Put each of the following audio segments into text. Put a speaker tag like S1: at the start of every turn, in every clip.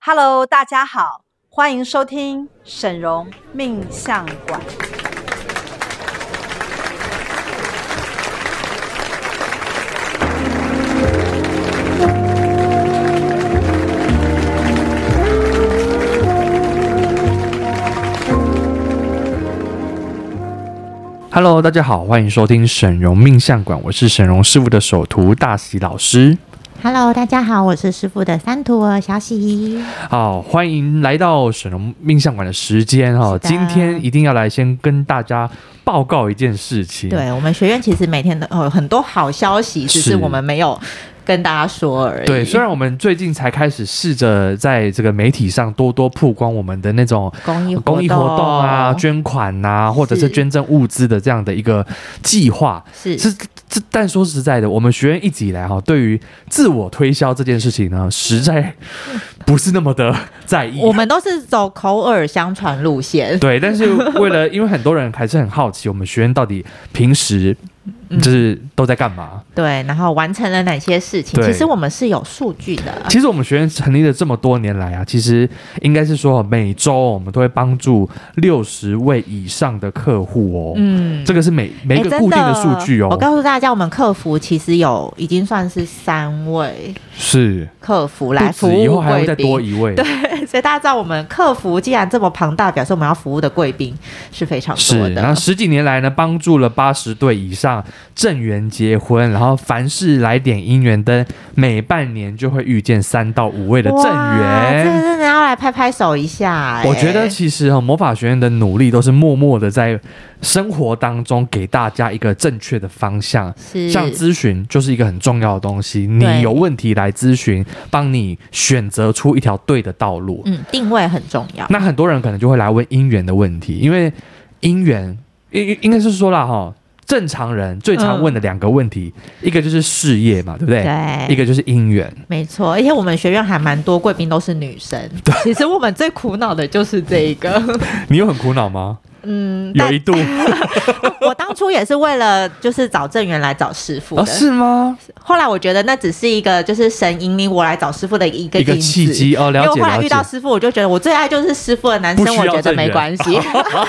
S1: Hello，大家好，欢迎收听沈荣命相馆。
S2: Hello，大家好，欢迎收听沈荣命相馆，我是沈荣师傅的首徒大喜老师。
S3: Hello，大家好，我是师傅的三徒儿小喜。
S2: 好，欢迎来到沈荣命相馆的时间哦。
S3: 是的
S2: 今天一定要来先跟大家报告一件事情。，
S3: 对我们学院其实每天都有很多好消息，只是
S2: 是
S3: 我们没有跟大家说而已。
S2: 对，虽然我们最近才开始试着在这个媒体上多多曝光我们的那种
S3: 公益
S2: 公益活动啊、捐款呐、或者是
S3: 是
S2: 捐赠物资的这样的一个计划，
S3: 是
S2: 是这，但说实在的，我们学院一直以来哈，对于自我推销这件事情呢，实 在不是那么的在意。
S3: 我们都是走口耳相传路线。
S2: 对，但是为了，因为很多人还是很好奇，我们学院到底平时
S3: 嗯
S2: 就是都在干嘛？
S3: 对，然后完成了哪些事情？
S2: 对
S3: 其实我们是有数据的。
S2: 其实我们学院成立了这么多年来啊，其实应该是说每周我们都会帮助六十位以上的客户哦。
S3: 嗯，
S2: 这个是每每一
S3: 诶
S2: 个
S3: 真
S2: 固定的数据哦，
S3: 我告诉大家，我们客服其实有已经算是三位
S2: 是
S3: 客服来
S2: 不
S3: 服
S2: 止，
S3: 务
S2: 以后还会再
S3: 贵宾
S2: 多一位，
S3: 对， 所以大家知道我们客服既然这么庞大，表示我们要服务的贵宾是非常多
S2: 是，然后
S3: 的。
S2: 十几年来呢，帮助了八十对以上正缘结婚，然后凡事来点姻缘灯，每半年就会遇见三到五位的正
S3: 哇这个
S2: 缘。
S3: 真的要来拍拍手一下、哎
S2: 我觉得其实哦，魔法学院的努力都是默默的在生活当中给大家一个正确的方向。
S3: 是
S2: 像咨询就是一个很重要的东西，你有问题来咨询，帮你选择出一条对的道路。
S3: 嗯，定位很重要。
S2: 那很多人可能就会来问姻缘的问题，因为姻缘应应应该是说啦哈，正常人最常问的两个问题，一个就是事业嘛，对不对？一
S3: 嗯对，
S2: 个就是姻缘，
S3: 没错，而且我们学院还蛮多贵宾都是女 生。其实我们最苦恼的就是这一个。
S2: 你有很苦恼吗？
S3: 嗯，
S2: 有一度
S3: 但我当初也是为了就是找正源来找师傅的、
S2: 哦，是吗？
S3: 后来我觉得那只是一个就是神引领我来找师傅的一个
S2: 一个
S3: 引子
S2: 契机哦，了
S3: 因为
S2: 解
S3: 我后来
S2: 了解
S3: 遇到。师傅，我就觉得我最爱就是师傅的男生，
S2: 不需要
S3: 我觉得没关系，我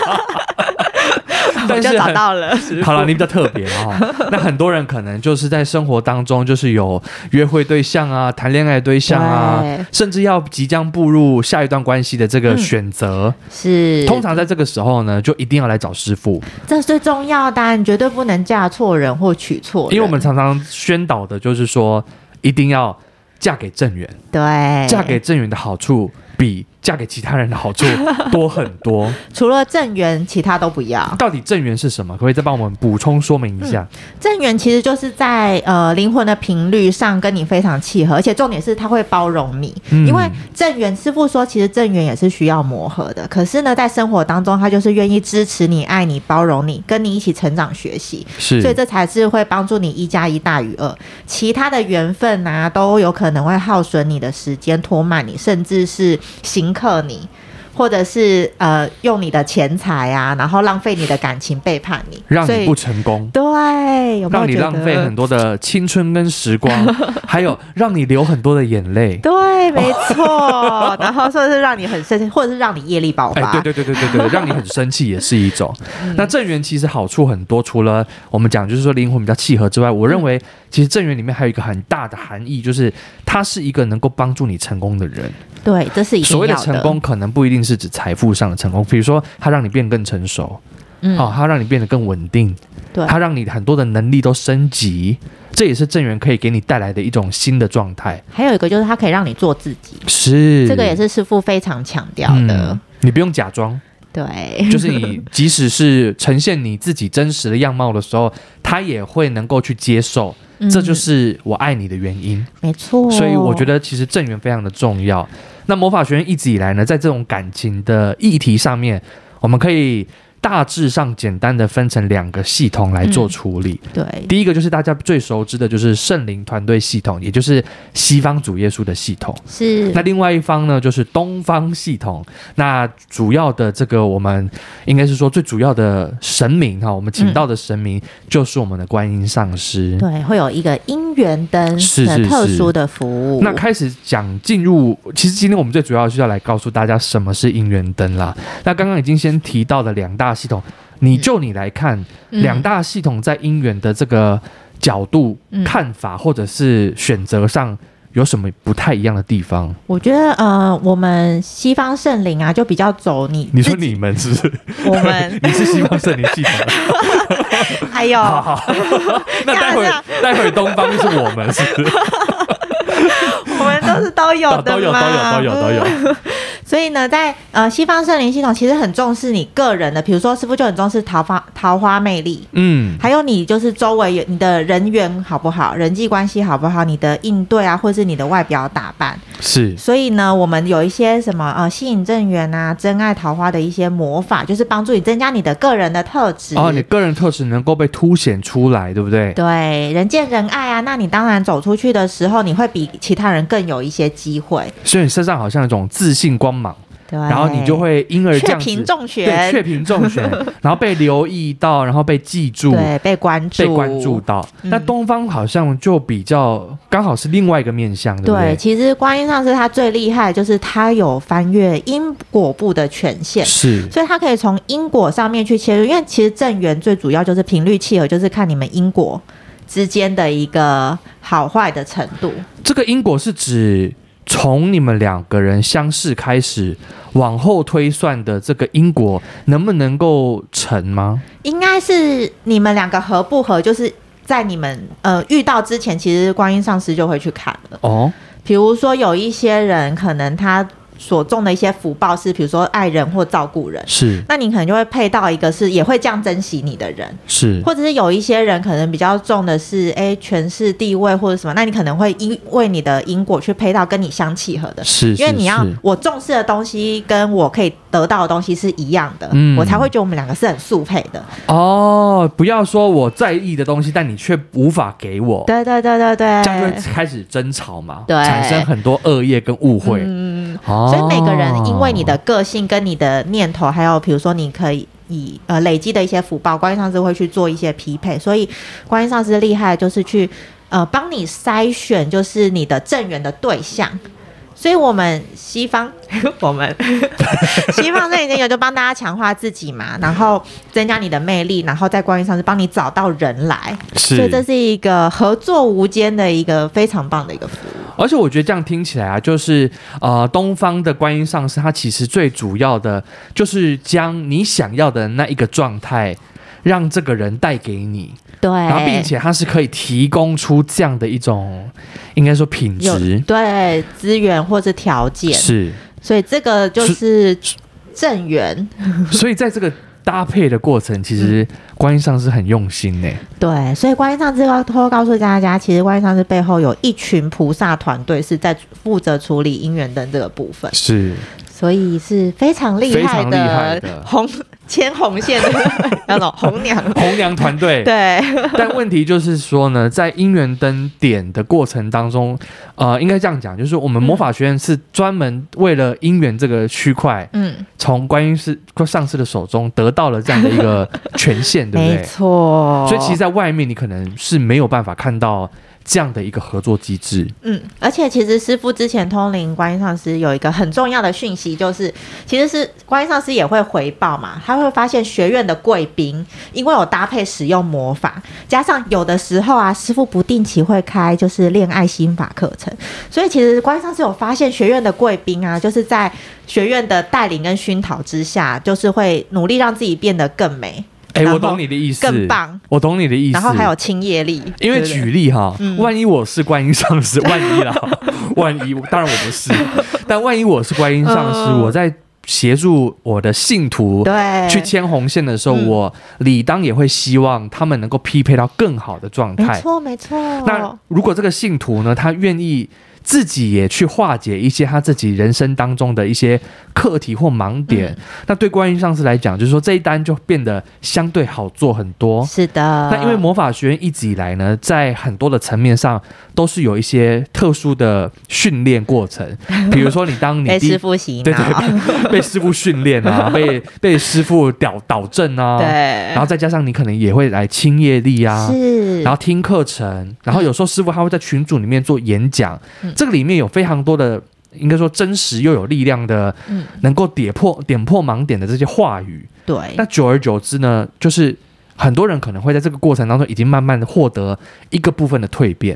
S2: 但
S3: 就是找
S2: 很
S3: 到了师 傅。
S2: 好了，你比较特别啊哈、 那很多人可能就是在生活当中，就是有约会对象啊、谈恋爱对象啊
S3: 对，
S2: 甚至要即将步入下一段关系的这个
S3: 嗯
S2: 选择，
S3: 是，
S2: 通常在这个时候呢，就一定要来找师傅。
S3: 这是最重要的啊、你绝对不能嫁错人或娶错人，
S2: 因为我们常常宣导的就是说，一定要嫁给正缘，
S3: 对
S2: 嫁给正缘的好处比嫁给其他人的好处多很多。
S3: 除了正缘，其他都不要。
S2: 到底正缘是什么？可不可以再帮我们补充说明一下？
S3: 正缘其实就是在呃灵魂的频率上跟你非常契合，而且重点是他会包容你，
S2: 嗯
S3: 因为正缘师傅说，其实正缘也是需要磨合的。可是呢，在生活当中，他就是愿意支持你、爱你、包容你，跟你一起成长学习。所以
S2: 是
S3: 这才是会帮助你一加一大于二，其他的缘分啊都有可能会耗损你的时间，拖慢你，甚至是行克你，或者是呃用你的钱财啊，然后浪费你的感情，背叛你，
S2: 让
S3: 所
S2: 你
S3: 以
S2: 不成功。
S3: 对，有没有
S2: 让你
S3: 觉
S2: 浪
S3: 得
S2: 费很多的青春跟时光， 还有让你流很多的眼泪。
S3: 对，没错，然后 说是让你很生气，或者是让你业力爆
S2: 哎，
S3: 发，
S2: 对对对对对对，让你很生气也是一 种。
S3: 嗯
S2: 那正缘其实好处很多，除了我们讲就是说灵魂比较契合之外，我认
S3: 嗯
S2: 为其实正缘里面还有一个很大的含义，就是他是一个能够帮助你成功的人。
S3: 对这是一定
S2: 所谓的
S3: 要
S2: 成功，可能不一定是指财富上的成功，比如说他让你变更成熟，
S3: 嗯
S2: 哦，他让你变得更稳定，
S3: 对
S2: 他让你很多的能力都升级，这也是正缘可以给你带来的一种新的状态。
S3: 还有一个就是它可以让你做自己，
S2: 是，
S3: 这个也是师傅非常强调的
S2: 嗯，，你不用假装。
S3: 对，
S2: 就是你即使是呈现你自己真实的样貌的时候，他也会能够去接受，这就
S3: 嗯哦
S2: 是我爱你的原因。
S3: 没错，
S2: 所以我觉得其实正缘非常的重要。那魔法学院一直以来呢，在这种感情的议题上面，我们可以。大致上简单的分成两个系统来做处理。
S3: 对，
S2: 第一个就是大家最熟知的，就是圣灵团队系统，也就是西方主耶稣的系统。
S3: 是
S2: 那另外一方呢，就是东方系统。那主要的这个，我们应该是说最主要的神明哈，我们请到的神明就是我们的观音上师。
S3: 对，会有一个姻缘灯
S2: 是
S3: 的
S2: 是
S3: 特
S2: 是
S3: 殊的服务。
S2: 那开始讲进入，其实今天我们最主要是要来告诉大家什么是姻缘灯啦。那刚刚已经先提到的两大系统，你就你来看，
S3: 嗯
S2: 两大系统在姻缘的这个角度、
S3: 嗯
S2: 看法或者是选择上有什么不太一样的地方？
S3: 我觉得呃，我们西方圣灵啊，就比较走你
S2: 你
S3: 自
S2: 说
S3: 己
S2: 你们是不是？
S3: 我们
S2: 你是西方圣灵系统的？
S3: 哎呦，
S2: 好好， 那待会
S3: 这
S2: 儿待会儿东方是我们是不是？
S3: 我们都是都有的
S2: 都有都有
S3: 嘛
S2: 都有都有
S3: 嗯，所以呢，在呃西方圣灵系统其实很重视你个人的，比如说师傅就很重视桃花桃花魅力，
S2: 嗯，
S3: 还有你就是周围有你的人缘好不好，人际关系好不好，你的应对啊，或是你的外表打扮。
S2: 是
S3: 所以呢，我们有一些什么呃吸引正缘啊、真爱桃花的一些魔法，就是帮助你增加你的个人的特质。
S2: 哦，你个人特质能够被凸显出来，对不对？
S3: 对，人见人爱啊，那你当然走出去的时候，你会比其他人更有一些机会。
S2: 所以你身上好像有一种自信光芒，
S3: 对，
S2: 然后你就会因而这
S3: 哎雀
S2: 样
S3: 屏
S2: 子
S3: 中
S2: 对
S3: 选
S2: 确，评中 选，然后被留意到，然后被记住。
S3: 对，被关注，
S2: 被关注。到，
S3: 嗯
S2: 那东方好像就比较刚好是另外一个面向，对不
S3: 对，
S2: 对？
S3: 其实观音上师他最厉害，就是他有翻越因果部的权限，
S2: 是
S3: 所以他可以从因果上面去切入，因为其实正缘最主要就是频率契合，就是看你们因果之间的一个好坏的程度。
S2: 这个因果是指从你们两个人相识开始往后推算的这个因果能不能够成吗？
S3: 应该是你们两个合不合，就是在你们呃遇到之前，其实观音上师就会去看了。
S2: 哦，
S3: 比如说有一些人，可能他所中的一些福报是，比如说爱人或照顾人，
S2: 是
S3: 那你可能就会配到一个是也会这样珍惜你的人，
S2: 是
S3: 或者是有一些人可能比较重的是哎权势地位或者什么，那你可能会因为你的因果去配到跟你相契合的。
S2: 是，
S3: 因为你要
S2: 是是
S3: 我重视的东西跟我可以得到的东西是一样的，
S2: 嗯
S3: 我才会觉得我们两个是很速配的。
S2: 哦，不要说我在意的东西，但你却无法给我，
S3: 对对对对对，
S2: 这样就会开始争吵嘛，
S3: 对
S2: 产生很多恶业跟误会。
S3: 嗯，
S2: 哦，
S3: 所以每个人因为你的个性跟你的念头，还有比如说你可以以呃累积的一些福报，观音上师会去做一些匹配。所以观音上师厉害的就是去呃帮你筛选，就是你的正缘的对象。 所以，我们 西方，我们西方这已经有就帮大家强化自己嘛，然后增加你的魅力，然后在观音上师帮你找到人来，所以这
S2: 是，
S3: 是一个合作无间的一个非常棒的一个服务。
S2: 而且我觉得这样听起来啊，就是呃，东方的观音上师，他其实最主要的就是将你想要的那一个状态。让这个人带给你，
S3: 对，
S2: 然后并且他是可以提供出这样的一种，应该说品
S3: 有
S2: 质
S3: 对资源或是条件，
S2: 是，
S3: 所以这个就是正缘。
S2: 所以在这个搭配的过程，其实观音上师很用心呢、
S3: 对，所以观音上师要偷偷告诉大家，其实观音上师背后有一群菩萨团队是在负责处理姻缘灯这个部分，
S2: 是，
S3: 所以是非常厉害
S2: 非常厉害
S3: 的
S2: 的
S3: 红牵红线的那种 红娘。
S2: 红娘团队。
S3: 对，
S2: 但问题就是说呢，在姻缘灯点的过程当中，呃，应该这样讲，就是我们魔法学院是专门为了姻缘这个区块，
S3: 嗯，
S2: 从观音师上师的手中得到了这样的一个权限，对不
S3: 没
S2: 对？
S3: 错。
S2: 所以其实，在外面你可能是没有办法看到这样的一个合作机制。
S3: 嗯，而且其实师傅之前通灵观音上师有一个很重要的讯息，就是其实是观音上师也会回报嘛，他会发现学院的贵宾因为有搭配使用魔法，加上有的时候啊，师傅不定期会开就是恋爱心法课程，所以其实观音上师有发现学院的贵宾啊，就是在学院的带领跟熏陶之下，就是会努力让自己变得更美，
S2: 哎，
S3: 然后
S2: 我懂你的意思，
S3: 更棒，
S2: 我懂你的意思。
S3: 然后还有清业力，
S2: 因为
S3: 对不对
S2: 举例哈
S3: 嗯，
S2: 万一我是观音上 师，万一啦，万一当然我不是，但万一我是观音上师，
S3: 嗯
S2: 我在协助我的信徒
S3: 对
S2: 去牵红线的时候，
S3: 嗯
S2: 我理当也会希望他们能够匹配到更好的状
S3: 没
S2: 态。
S3: 错没错，
S2: 哦那如果这个信徒呢，他愿意自己也去化解一些他自己人生当中的一些课题或盲点。
S3: 嗯
S2: 那对观音上师来讲，就是说这一单就变得相对好做很多。
S3: 是的。
S2: 那因为魔法学院一直以来呢，在很多的层面上都是有一些特殊的训练过 程，比如说你当你
S3: 被
S2: 第一
S3: 师傅洗
S2: 对
S3: 脑，
S2: 对， 被师傅训练 啊，被被师傅导导正啊，
S3: 对，
S2: 然后再加上你可能也会来清业力啊，
S3: 是，
S2: 然后听课程，然后有时候师傅他会在群组里面做演讲，
S3: 嗯
S2: 这个里面有非常多的。应该说真实又有力量的，
S3: 嗯
S2: 能够点破点破盲点的这些话语，
S3: 对
S2: 那，久而久之呢，就是很多人可能会在这个过程当中已经慢慢的获得一个部分的蜕变。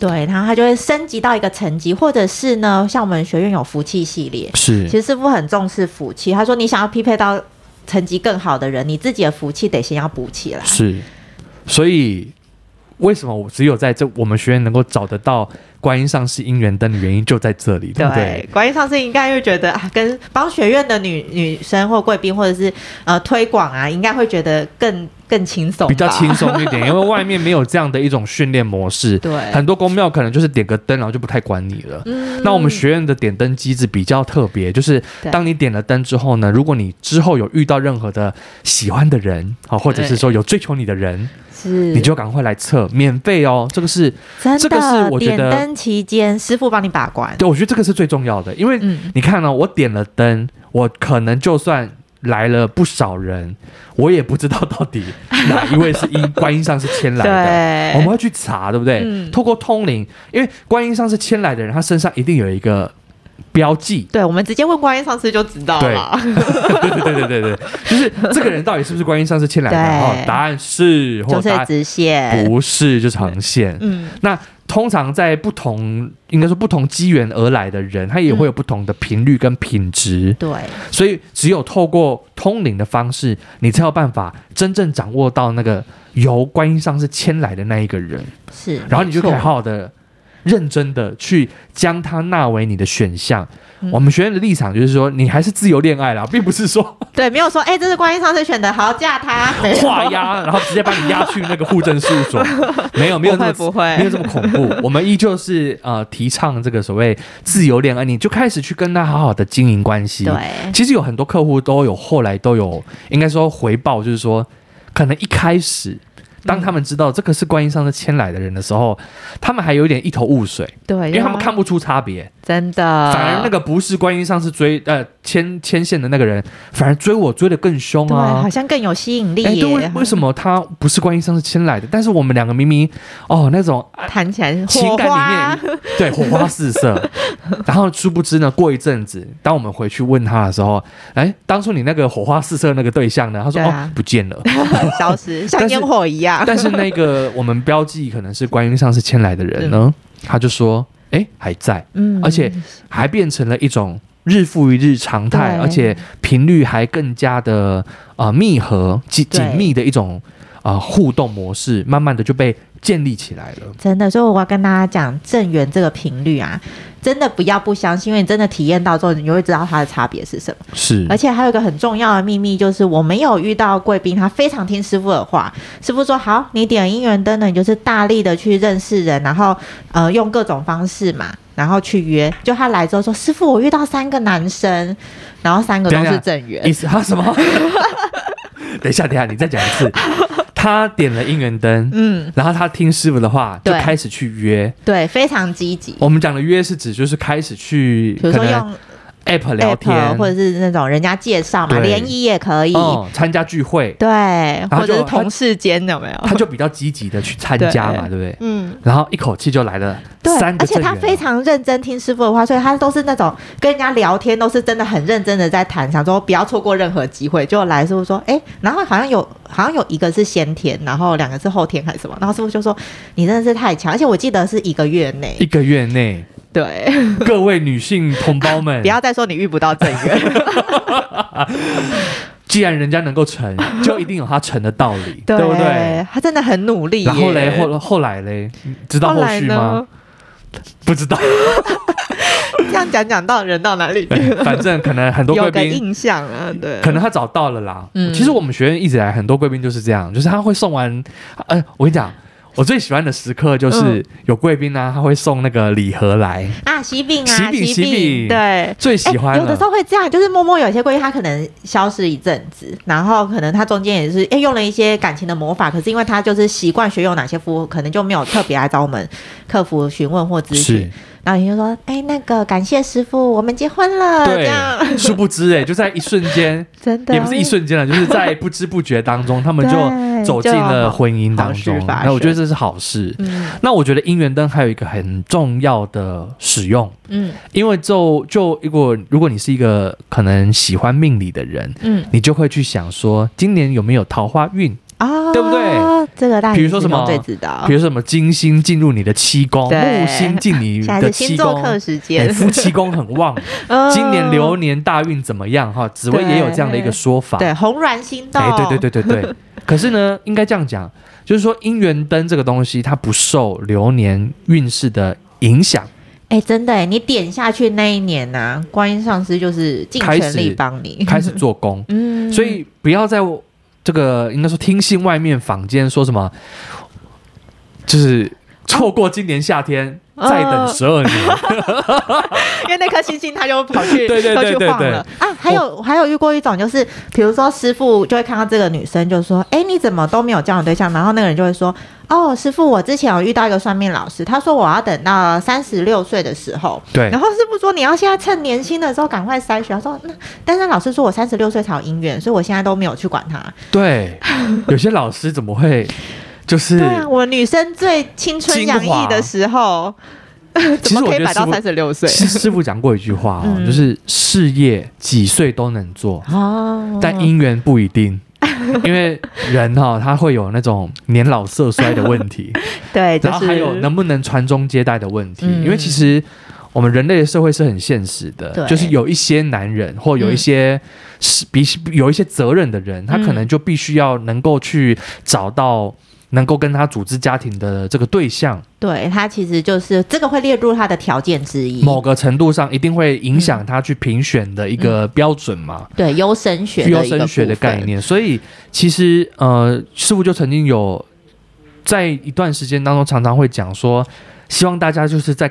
S3: 对，然后它就会升级到一个层级，或者是呢，像我们学院有福气系列，
S2: 是
S3: 其实师傅很重视福气，他说你想要匹配到成绩更好的人，你自己的福气得先要补起来。
S2: 是，所以为什么我只有在这我们学院能够找得到观音上师姻缘灯的原因就在这里，对不对
S3: 对？，关于上次应该会觉得啊，跟帮学院的女女生或贵宾，或者是呃推广啊，应该会觉得更更轻松吧，
S2: 比较轻松一点，因为外面没有这样的一种训练模式。
S3: 对
S2: 很多公庙可能就是点个灯，然后就不太管你了。那我们学院的点灯机制比较特别，就是
S3: 嗯对
S2: 当你点了灯之后呢，如果你之后有遇到任何的喜欢的人，好，或者是
S3: 对
S2: 说有追求你的人，
S3: 是
S2: 你就赶快来测，免费哦。这个是，
S3: 真的
S2: 这个是我觉得
S3: 点灯期间，师傅帮你把关，
S2: 对我觉得这个是最重要的，因为
S3: 嗯，
S2: 你看呢、哦我点了灯，我可能就算来了不少人，我也不知道到底哪一位是因观音上是牵来的。我们
S3: 对，
S2: 要去查，对不对？
S3: 嗯。
S2: 透过通灵，因为观音上是牵来的人，他身上一定有一个标记
S3: 对，我们直接问观音上师就知道了，
S2: 对对对对对对，就是这个人到底是不是观音上是牵来的？
S3: 对
S2: 哦，答案是，或
S3: 就
S2: 者答
S3: 是
S2: 案
S3: 直线，
S2: 不是，就长线。
S3: 嗯，
S2: 那通常在不同，应该说不同机缘而来的人，他也会有不同的频率跟品质。
S3: 对，
S2: 所以只有透过通灵的方式，你才有办法真正掌握到那个由观音上是牵来的那一个人，
S3: 是，
S2: 然后你就可以
S3: 没错
S2: 好好的、认真的去将它纳为你的选项。
S3: 嗯
S2: 我们学院的立场就是说，你还是自由恋爱啦，并不是说
S3: 对，没有说，哎、这是观音上师选的，好嫁 他，没 有
S2: 画押，然后直接把你押去那个户政事务所，没有没有那么
S3: 不会不会
S2: 没有这么恐怖。我们依旧是呃提倡这个所谓自由恋爱，你就开始去跟他好好的经营关系。
S3: 对，
S2: 其实有很多客户都有后来都有，应该说回报，就是说，可能一开始当他们知道这个是观音上师牵来的人的时候，他们还有一点一头雾水，
S3: 对，
S2: 因为他们看不出差别，
S3: 真的，
S2: 反而那个不是观音上师追呃牵牵线的那个人，反而追我追得更凶
S3: 对，
S2: 啊
S3: 好。像更有吸引力
S2: 哎，
S3: 耶，
S2: 对，为为什么他不是观音上师牵来的？但是我们两个明明哦那种
S3: 谈起来是
S2: 情
S3: 火
S2: 感
S3: 花
S2: 里面，对火花四射。然后殊不知呢，过一阵子，当我们回去问他的时候，哎，当初你那个火花四射那个对象呢？他说、
S3: 对啊
S2: 哦，不见了。
S3: 消失，
S2: 但是
S3: 像烟火一样。
S2: 但是那个我们标记可能是观音上是牵来的人呢，他就说，哎，还在，
S3: 嗯
S2: 而且还变成了一种。日复一日常态，
S3: 对
S2: 而且频率还更加的啊、呃密合、紧紧
S3: 对
S2: 密的一种啊、呃互动模式，慢慢的就被建立起来了。
S3: 真的，所以我要跟大家讲，正缘这个频率啊，真的不要不相信，因为你真的体验到之后，你就会知道它的差别是什么。
S2: 是
S3: 而且还有一个很重要的秘密，就是我没有遇到贵宾，他非常听师傅的话。师傅说：“好，你点姻缘灯呢，你就是大力的去认识人，然后呃用各种方式嘛，然后去约。”就他来之后说：“师傅，我遇到三个男生，然后三个都
S2: 等一下
S3: 是正缘
S2: 意。 思他什么？等一下，等一下，你再讲一 次。他点了姻缘”灯，
S3: 嗯，
S2: 然后他听师傅的话，就
S3: 对
S2: 开始去约。
S3: 对，非常积极。
S2: 我们讲的约是指就是开始去
S3: 比如
S2: 哦可
S3: 说
S2: 能
S3: 用
S2: app 聊
S3: app 啊
S2: 天，
S3: 或者是那种人家介绍嘛，
S2: 对
S3: 联谊也可以，
S2: 哦参加聚会，
S3: 对，
S2: 后
S3: 或者
S2: 就是
S3: 同事间有没有
S2: 他？就比较积极的去参加嘛，对不对？
S3: 嗯，
S2: 然后一口气就来了
S3: 对，
S2: 三个啊
S3: 而且
S2: 正
S3: 他
S2: 缘，
S3: 非常认真听师傅的话，所以他都是那种跟人家聊天都是真的很认真的在谈，想说不要错过任何机会。就来师傅说，哎、然后好像有好像有一个是先天，然后两个是后天还是什么，然后师傅就说你真的是太强，而且我记得是一个月内
S2: 一，个月内，
S3: 对，
S2: 各位女性同胞们
S3: 不，要再说你遇不到正缘，
S2: 既然人家能够成，就一定有他成的道 理， 对不对？？
S3: 他真的很努力耶。
S2: 然后嘞，后后来嘞，知道
S3: 后
S2: 后
S3: 来
S2: 续
S3: 呢
S2: 吗？？不知道。
S3: 这样讲讲到人到哪里去？
S2: 反正可能很多贵
S3: 有个
S2: 宾，
S3: 印象啊，对，
S2: 可能他找到了啦。
S3: 嗯
S2: 其实我们学院一直以来很多贵宾就是这样，就是他会送完，呃，我跟你讲，我最喜欢的时刻
S3: 嗯
S2: 就是有贵宾啊呢，他会送那个礼盒来，
S3: 啊，喜饼啊，
S2: 喜饼喜饼
S3: 对。
S2: 最喜欢
S3: 欸有的时
S2: 了。
S3: 候会这样，就是默默有一些闺蜜，她可能消失一阵子，然后可能她中间也是哎、欸用了一些感情的魔法，可是因为她就是习惯学用哪些服务，可能就没有特别来找我们客服询问或咨询
S2: 是。，
S3: 然后你就说哎、欸那个感谢师傅，我们结婚了，呃这样
S2: 对，殊不知哎，就在一瞬间，
S3: 真的
S2: 也不是一瞬间啊了，就是在不知不觉当中，他们就
S3: 对
S2: 走进了婚姻当
S3: 就好
S2: 中
S3: 事。发生
S2: 那我觉得这是好事。
S3: 嗯
S2: 那我觉得姻缘灯还有一个很重要的使用，
S3: 嗯
S2: 因为就就如果如果你是一个可能喜欢命理的人，
S3: 嗯
S2: 你就会去想说，今年有没有桃花运？
S3: 哦，
S2: 对不对？
S3: 这个大家
S2: 比如说什么
S3: 最知道
S2: 比，如说什么金星进入你的七宫，
S3: 哦对
S2: 木星进你
S3: 现在
S2: 的
S3: 是
S2: 七
S3: 星座
S2: 宫，
S3: 课时
S2: 哎
S3: 间，
S2: 夫妻宫很 旺。
S3: 嗯
S2: 今年流年大运怎么样？哈，紫薇也有这样的一个说法。
S3: 嗯对红鸾心动，
S2: 哎，对对对对 对。可是呢，应该这样讲，就是说姻缘灯这个东西，它不受流年运势的影响，
S3: 哎、真的哎，你点下去那一年呐、观音上师就是尽
S2: 开
S3: 全力
S2: 始
S3: 帮你。
S2: 开始做工。
S3: 嗯
S2: 所以不要在这个应该说听信外面坊间说什么，就是错过今年夏天。
S3: 哦
S2: 再等十二年，
S3: 啊因为那颗星星，他就跑 去
S2: 对对对
S3: 都去晃
S2: 对对
S3: 了啊。还有还有遇过一种，就是比如说师傅就会看到这个女生，就说：“哎、你怎么都没有交往对象？”然后那个人就会说：“哦，师傅，我之前有遇到一个算命老师，他说我要等到三十六岁的时候。”
S2: 对
S3: 然后师傅说：“你要现在趁年轻的时候赶快筛选。”他说：“那但是老师说我三十六岁才有姻缘，所以我现在都没有去管他。”
S2: 对，有些老师怎么会就是？
S3: 对啊，我女生最青春洋溢的时候，
S2: 其实
S3: 怎么
S2: 我
S3: 可
S2: 觉
S3: 以
S2: 得
S3: 摆
S2: 师
S3: 到
S2: 傅
S3: 三十六岁？
S2: 师师傅讲过一句话哦，
S3: 嗯
S2: 就是事业几岁都能做，
S3: 哦
S2: 但姻缘不一 定，因为人哈、他会有那种年老色衰的问 题，
S3: 对，哎就
S2: 然后
S3: 是
S2: 还有能不能传宗接代的问题，
S3: 嗯
S2: 因为其实我们人类的社会是很现实的，
S3: 对
S2: 就是有一些男人或有一些是比有一些责任的人，他可
S3: 嗯
S2: 能就必须要能够去找到能够跟他组织家庭的这个对象，
S3: 对他其实就是这个会列入他的条件之一，
S2: 某个程度上一定会影响
S3: 嗯
S2: 他去评选的一个标准嘛。
S3: 对优生学的一
S2: 优
S3: 个
S2: 生学的
S3: 部分
S2: 概。念。所以其实呃，师傅就曾经有在一段时间当中，常常会讲说，希望大家就是在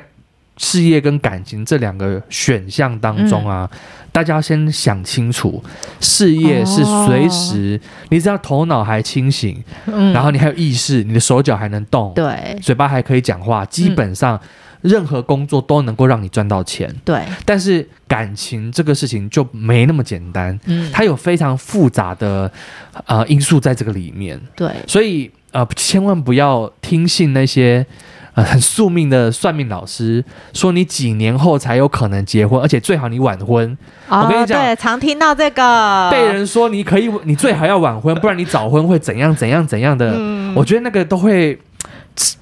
S2: 事业跟感情这两个选项当中啊，
S3: 嗯
S2: 大家要先想清楚，事业是
S3: 哦
S2: 随时，你只要头脑还清醒，
S3: 嗯
S2: 然后你还有意识，你的手脚还能动，
S3: 对嗯
S2: 嘴巴还可以讲话，基本上。任何工作都能够让你赚到钱，
S3: 对，
S2: 但是感情这个事情就没那么简单。
S3: 嗯，
S2: 它有非常复杂的呃因素在这个里面，
S3: 对
S2: 所以呃千万不要听信那些呃很宿命的算命老师说你几年后才有可能结婚，而且最好你晚婚。我跟你讲
S3: 哦对，常听到这个
S2: 被人说你可以，你最好要晚婚，不然你早婚会怎样怎样怎样的。
S3: 嗯
S2: 我觉得那个都会。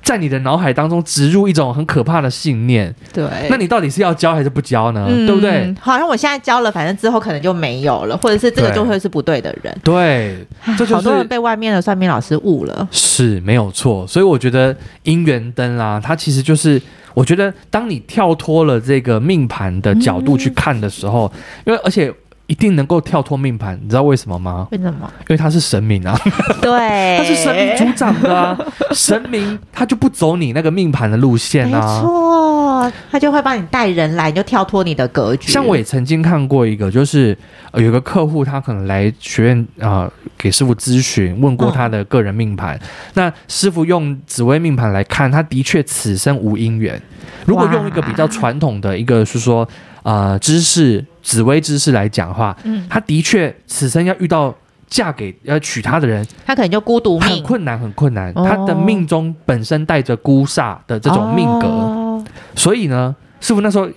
S2: 在你的脑海当中植入一种很可怕的信念，
S3: 对
S2: 那。你到底是要交还是不交呢？
S3: 哎嗯
S2: 对不对？？
S3: 好像我现在交了，反正之后可能就没有了，或者是这个
S2: 对
S3: 就会是不对的人。
S2: 对，这就是
S3: 好多人被外面的算命老师误了。
S2: 是没有错，所以我觉得姻缘灯啦、它其实就是，我觉得当你跳脱了这个命盘的角度去看的时候，因为而且一定能够跳脱命盘，你知道为什么吗？
S3: 为什 么？
S2: 因为它是神明啊，
S3: 对，
S2: 它是神明主掌的、啊，神明他就不走你那个命盘的路线
S3: 没
S2: 啊。
S3: 错，他就会帮你带人来，你就跳脱你的格局。
S2: 像我也曾经看过一个，就是、呃、有个客户他可能来学院啊、呃给师傅咨询，问
S3: 嗯
S2: 过他的个人命盘。那师傅用紫微命盘来看，他的确此生无姻缘。如果
S3: 哇
S2: 用一个比较传统的一个是说呃知识紫微知识来讲的话，
S3: 嗯，
S2: 他的确此生要遇到。嫁给要娶她的人
S3: 他可能就孤独
S2: 很
S3: 命，
S2: 困难，很困难。
S3: 哦
S2: 他的命中本身带着孤煞的这种命格，
S3: 哦
S2: 所以呢，师傅那时候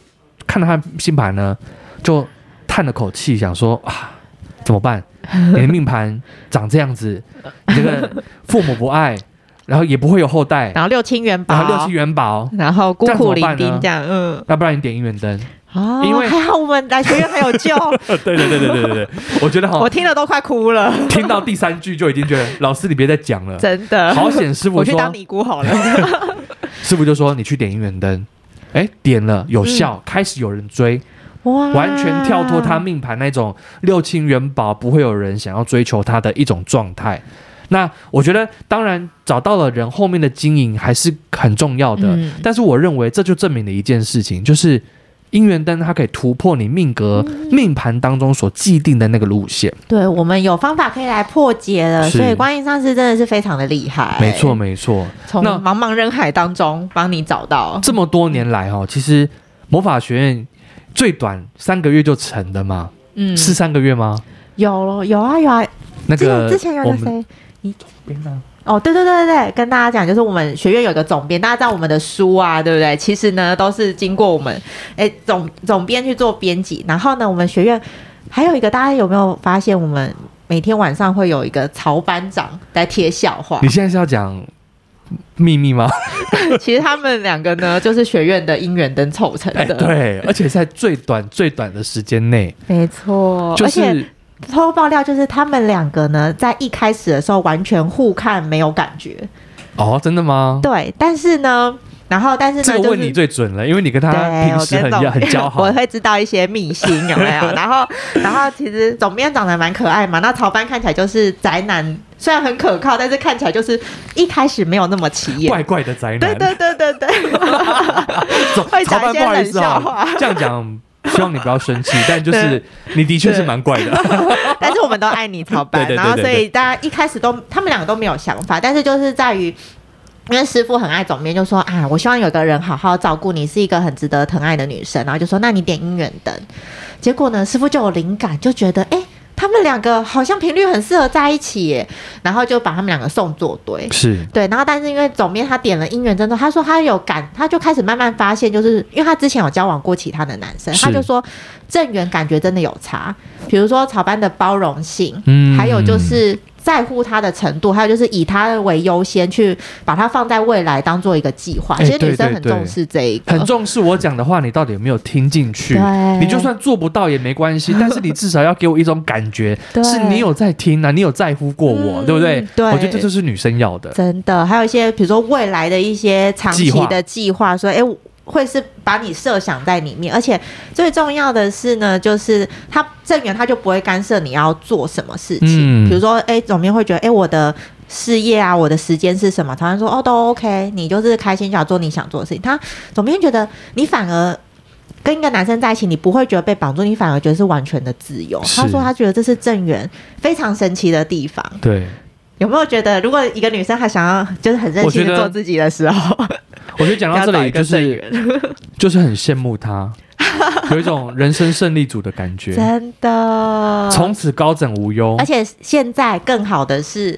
S2: 看到他星盘呢，就叹了口气，想说啊，怎么 办？你的命盘长这样子，你这个父母不爱，然后也不会有后代，
S3: 然后六亲元宝，
S2: 然后啊六七元宝，
S3: 然后孤苦
S2: 这样怎么
S3: 伶
S2: 办呢
S3: 仃这样，嗯，
S2: 要不然你点姻缘灯。
S3: 哦，
S2: 因为哦
S3: 还好我们来学院还有 救，
S2: 对啊对对对对对对， 我觉得
S3: 我
S2: 哈，
S3: 听了都快哭了，
S2: 听到第三句就已经觉得老师你别再讲了。
S3: 真的。
S2: 好险，师傅
S3: 我去
S2: 说
S3: 当尼姑好了，
S2: 师傅就说你去点姻缘灯，哎，点了有
S3: 嗯
S2: 效，开始有人追，
S3: 哇
S2: 完全跳脱他命盘那种六亲元宝不会有人想要追求他的一种状态。那我觉得，当然找到了人，后面的经营还是很重要的。
S3: 嗯
S2: 但是我认为，这就证明了一件事情，就是姻缘灯它可以突破你命格、
S3: 嗯
S2: 命盘当中所既定的那个路线。
S3: 对我们有方法可以来破解了，
S2: 是
S3: 所以观音上师真的是非常的厉害，
S2: 没错，，没错。
S3: 从
S2: 那
S3: 茫茫人海当中帮你找到，
S2: 这么多年来哦，其实魔法学院最短三个月就成的嘛，
S3: 嗯，
S2: 是三个月吗？
S3: 有有啊有啊，
S2: 那
S3: 之前
S2: 个
S3: 之前有
S2: 我
S3: 个
S2: 们
S3: 谁，你哦，对对对对对，跟大家讲，就是我们学院有个总编，大家知道我们的书啊，对不对？其实呢，都是经过我们哎总总编去做编辑，然后呢，我们学院还有一个，大家有没有发现，我们每天晚上会有一个曹班长在贴笑话
S2: 你？现在是要讲秘密吗？
S3: 其实他们两个呢，就是学院的姻缘灯凑成
S2: 哎，
S3: 的，
S2: 对，而且在最短最短的时间内，
S3: 没错，
S2: 就
S3: 哦而且
S2: 是
S3: 偷爆料就是他们两个呢，在一开始的时候完全互看没有感觉，
S2: 哦，真的吗？
S3: 对，但是呢，然后但是呢，
S2: 这个问
S3: 就是
S2: 你最准了，因为你跟他
S3: 对，
S2: 平
S3: 我
S2: 时
S3: 跟
S2: 很
S3: 总
S2: 要很交好
S3: 我。会知道一些秘辛有没有？然后，然后其实总编长得蛮可爱嘛，那曹班看起来就是宅男，虽然很可靠，但是看起来就是一开始没有那么起眼。
S2: 怪怪的宅
S3: 对
S2: 男，
S3: 对对对对，
S2: 总
S3: 会
S2: 曹班
S3: 讲一
S2: 不
S3: 些
S2: 好意
S3: 冷
S2: 思
S3: 笑
S2: 哦
S3: 话，
S2: 这样讲，希望你不要生气，但就是你的确是蛮怪的，
S3: 但是我们都爱你曹班，
S2: 对对对
S3: 然后
S2: 对
S3: 所
S2: 对
S3: 以大家一开始都他们两个都没有想法，但是就是在于。因为师傅很爱总编，就说啊，我希望有个人好好照顾你，是一个很值得疼爱的女生。然后就说，那你点姻缘灯。结果呢，师傅就有灵感，就觉得哎、诶他们两个好像频率很适合在一起耶，然后就把他们两个送作 堆。
S2: 是
S3: 对，然后但是因为总编他点了姻缘之后，他说他有感，他就开始慢慢发现，就是因为他之前有交往过其他的男生，
S2: 是
S3: 他就说正缘感觉真的有差，比如说草班的包容性，
S2: 嗯
S3: 还有就是在乎他的程度，还有就是以他为优先去把他放在未来当做一个计划。
S2: 哎
S3: 其实女生
S2: 对对
S3: 很
S2: 对
S3: 重视这一个，
S2: 很重视我讲的话，你到底有没有听进去？
S3: 对
S2: 你就算做不到也没关 系，但是你至少要给我一种感觉，
S3: 对
S2: 是你有在听啊，你有在乎过我，
S3: 嗯
S2: 对不对？
S3: 对
S2: 我觉得这就是女生要的。
S3: 真的，还有一些比如说未来的一些长期
S2: 计划
S3: 的计划，说哎。诶我会是把你设想在里面，而且最重要的是呢，就是他正源他就不会干涉你要做什么事情，
S2: 嗯
S3: 比如说，哎，总编会觉得，哎，我的事业啊，我的时间是什么？常常说，哦，都 OK，你就是开心想做你想做的事情。他总编觉得你反而跟一个男生在一起，你不会觉得被绑住，你反而觉得是完全的自由。
S2: 是
S3: 他说他觉得这是正源非常神奇的地方。
S2: 对，
S3: 有没有觉得，如果一个女生她想要就是很任性
S2: 我觉
S3: 的
S2: 得
S3: 做自己的时候，
S2: 我觉得讲到这
S3: 要找
S2: 里
S3: 一
S2: 就
S3: 个正
S2: 是
S3: 缘，
S2: 就是很羡慕她，有一种人生胜利组的感觉，
S3: 真的。
S2: 从此高枕无忧
S3: 而。且现在更好的是，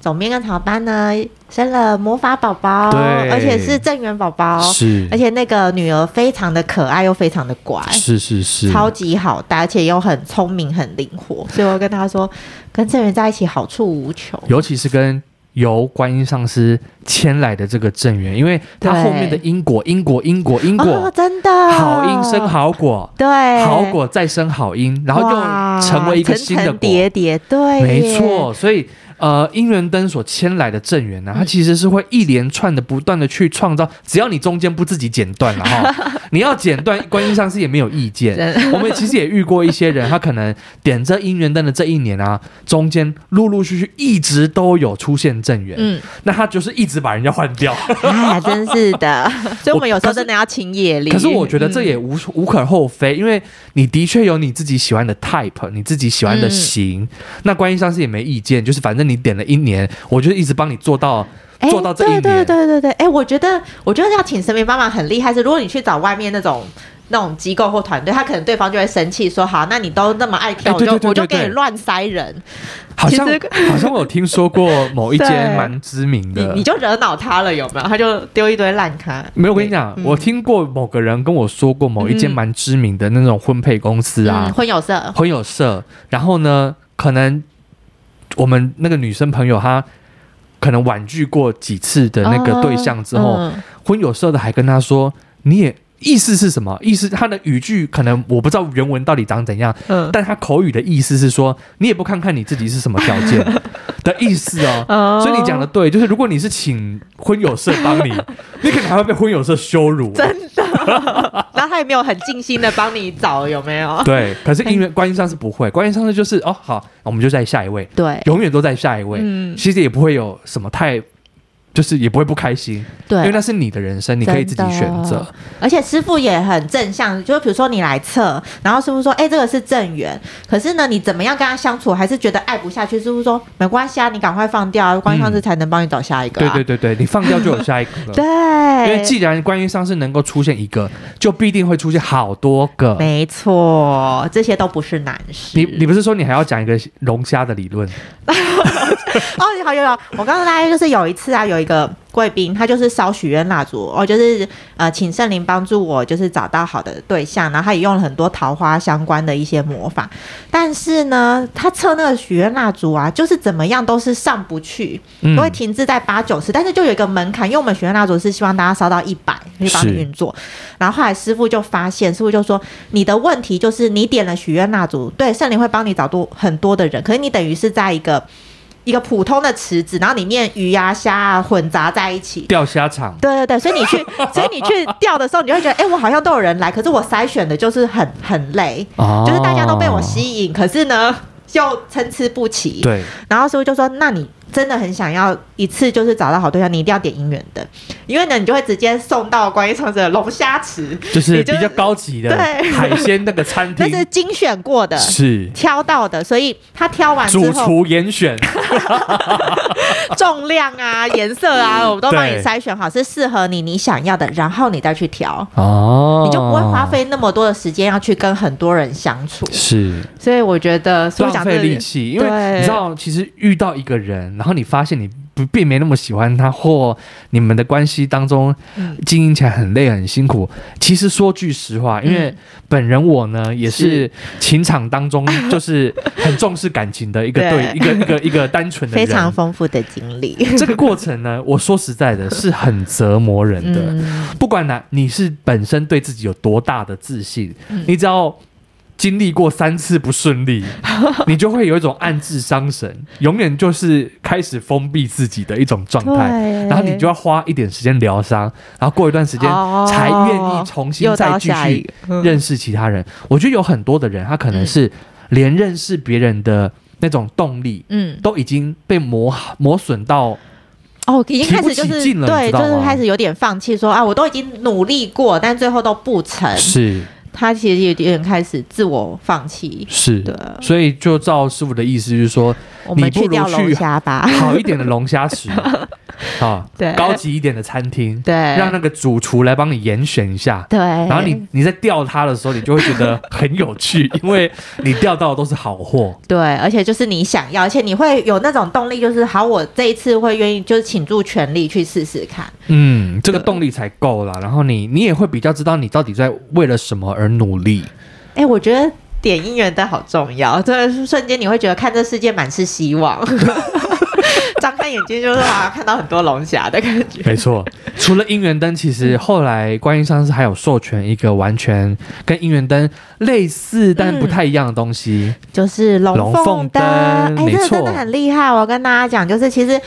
S3: 总编跟草班呢生了魔法宝宝，
S2: 对
S3: 而且是正缘宝宝，
S2: 是
S3: 而且那个女儿非常的可爱又非常的乖。
S2: 是是是，
S3: 超级好带，而且又很聪明、很灵活，所以我跟她说，跟正源在一起好处无穷。
S2: 尤其是跟由观音上师牵来的这个正缘，因为他
S3: 对
S2: 后面的因果，因果，因果，因
S3: 哦
S2: 果，，
S3: 真的
S2: 好因生，好果，
S3: 对，
S2: 好果再生好因，然后
S3: 哇
S2: 又成为一个新的
S3: 层层
S2: 果，
S3: 叠叠，对，
S2: 没。错。所以呃，姻缘灯所牵来的正缘呢、啊
S3: 嗯
S2: 它其实是会一连串的不断的去创造，只要你中间不自己剪断了 哈，你要剪断，观音上师也没有意见。我们其实也遇过一些人，他可能点这姻缘灯的这一年啊，中间陆陆续续一直都有出现正缘，
S3: 嗯，
S2: 那他就是一直把人家换掉。
S3: 哎，真是的， 所以我们有时
S2: 可
S3: 候
S2: 是
S3: 真的要请业力。
S2: 可是我觉得这
S3: 嗯
S2: 也无、无可厚非，因为你的确有你自己喜欢的 type，你自己喜欢的型。
S3: 嗯
S2: 那观音上师也没意见，就是反正你点了一年，我就一直帮你做到、
S3: 哎
S2: 做到这一年。
S3: 对对对对对，哎，我觉得我觉得要请神明帮忙很厉害，是如果你去找外面那种。那种机构或团队，他可能对方就会生气，说好，那你都那么爱跳，
S2: 哎对对
S3: 我就
S2: 对
S3: 我就
S2: 对对
S3: 给你乱塞人，
S2: 好像
S3: 其实
S2: 好像我有听说过某一间
S3: 对
S2: 蛮知名
S3: 你
S2: 的
S3: 你。就惹恼他了，有没有？他就丢一堆烂咖。
S2: 啊没有，我跟你讲，我听过某个人跟我说过某一间
S3: 嗯
S2: 蛮知名的那种婚配公司啊，
S3: 嗯婚友社，
S2: 朋友社，然后呢，可能我们那个女生朋友她可能婉拒过几次的那个对象之后，
S3: 哦嗯
S2: 婚友社的还跟她说，你也意思是什么？意思她的语句可能我不知道原文到底长怎样，
S3: 嗯，
S2: 但她口语的意思是说，你也不看看你自己是什么条件，的意思哦。
S3: 哦
S2: 所以你讲的对，就是如果你是请婚友社帮 你，你可能还会被婚友社羞辱。哦
S3: 然后他也没有很尽心的帮你找，有没有？
S2: 对，可是姻缘关系上是不会，关系上是就是哦，好，我们就在下一位，
S3: 对
S2: 永远都在下一位，
S3: 嗯
S2: 其实也不会有什么太，就是也不会不开心，因为
S3: 对
S2: 那，是你的人生，你可以自己选择。
S3: 而且师傅也很正向，就是比如说你来测，然后师傅说：“哎、这个是正缘。”可是呢，你怎么样跟他相处，还是觉得爱不下去？师傅说：“没关系啊，你赶快放掉啊，关系上是才能帮你找下一个、
S2: 对
S3: 啊。
S2: 对对对，你放掉就有下一个了。
S3: 对
S2: 因为既然关系上是能够出现一个，就必定会出现好多个。
S3: 没错，这些都不是难事。
S2: 你你不是说你还要讲一个龙虾的理论？
S3: 哦，好有有，我告诉大家，就是有一次啊，有一个贵宾，他就是烧许愿蜡烛，哦，就是呃，请圣灵帮助我，就是找到好的对象，然后他也用了很多桃花相关的一些魔法，但是呢，他测那个许愿蜡烛啊，就是怎么样都是上不去，
S2: 嗯
S3: 都会停滞在八九十，但是就有一个门槛，因为我们许愿蜡烛是希望大家烧到一百，可以帮你
S2: 是
S3: 运作。然后后来师傅就发现，师傅就说你的问题就是你点了许愿蜡烛，对，圣灵会帮你找多很多的人，可是你等于是在一个一个普通的池子，然后里面鱼呀、虾啊混杂在一起。
S2: 钓虾场，
S3: 对对对，所以你 去，所以你去钓的时候，你就会觉得，哎、我好像都有人来，可是我筛选的就是很很累，
S2: 哦
S3: 就是大家都被我吸引，可是呢又参差不齐。
S2: 对，
S3: 然后师傅就说：“那你真的很想要一次就是找到好对象，你一定要点姻缘的，因为呢，你就会直接送到观音创者龙虾池，
S2: 就是
S3: 你就
S2: 比较高级的
S3: 对
S2: 海鲜那个餐
S3: 那
S2: 厅
S3: 是精选过的。”
S2: 是
S3: 挑到的，所以他挑完之
S2: 主
S3: 后，
S2: 厨严选，
S3: 重量啊、颜色啊，我都帮你
S2: 对
S3: 筛选好，是适合你你想要的，然后你再去挑，
S2: 哦
S3: 你就不会花费那么多的时间要去跟很多人相处。
S2: 是
S3: 所以我觉得，所以我
S2: 浪
S3: 讲
S2: 费
S3: 这
S2: 力
S3: 里，
S2: 气，因为
S3: 对
S2: 你知道，其实遇到一个人，然后你发现你不并没那么喜欢他，或你们的关系当中
S3: 嗯
S2: 经营起来很累很辛苦。其实说句实话，因
S3: 嗯
S2: 为本人我呢也是情场当 中就是很重视感情的一个对
S3: 对
S2: 一个一个一个单纯的
S3: 非
S2: 人。
S3: 常丰富的经历。
S2: 这个过程呢，我说实在的，是很折磨人的。
S3: 嗯，
S2: 不管哪，你是本身对自己有多大的自信，
S3: 嗯
S2: 你只要经历过三次不顺 利，你就会有一种暗自伤神，永远就是开始封闭自己的一种状态。
S3: 对。
S2: 然后你就要花一点时间疗伤，然后过一段时间
S3: 哦
S2: 才愿意重新
S3: 又
S2: 再
S3: 到
S2: 继
S3: 下一
S2: 续
S3: 个嗯
S2: 认识其他人。我觉得有很多的人，他可能是连认识别人的那种动力
S3: 嗯，
S2: 都已经被磨磨损到
S3: 哦，已经开始
S2: 提
S3: 就
S2: 不起
S3: 是
S2: 劲了你知
S3: 对，
S2: 道
S3: 就
S2: 吗
S3: 是开始有点放弃说，啊，我都已经努力过，但最后都不成。
S2: 是
S3: 他其实有点开始自我放弃。
S2: 是
S3: 对，
S2: 所以就照师傅的意思，就是说
S3: 我
S2: 你
S3: 们
S2: 不
S3: 去
S2: 如
S3: 掉龙
S2: 去
S3: 虾 吧。
S2: 好一点的龙虾 池啊，
S3: 对
S2: 高级一点的餐厅，
S3: 对，
S2: 让那个主厨来帮你严选一下。
S3: 对，
S2: 然
S3: 然
S2: 后你你在钓它的时候，你就会觉 得很有趣，因为你钓到的都是好货。
S3: 对，而且就是你想要，而且你会有那种动力，就是好，我这一次会愿意，就是倾注全力去试试看。
S2: 嗯，这个
S3: 对
S2: 动力才够啦。然后你你也会比较知道你到底在为了什么而努力。
S3: 哎，我觉得。点姻缘灯好重要，真的是瞬间你会觉得看这世界满是希望， 张开眼睛就是哇，看到很多龙虾的感觉。
S2: 没错，除了姻缘灯，其实后来观音上师还有授权一个完全跟姻缘灯类似
S3: 嗯
S2: 但不太一样的东西。
S3: 就是龙
S2: 龙
S3: 凤
S2: 凤
S3: 灯，
S2: 灯
S3: 哎、
S2: 没
S3: 这个真
S2: 错
S3: 的很厉害。我跟大家讲，就是其实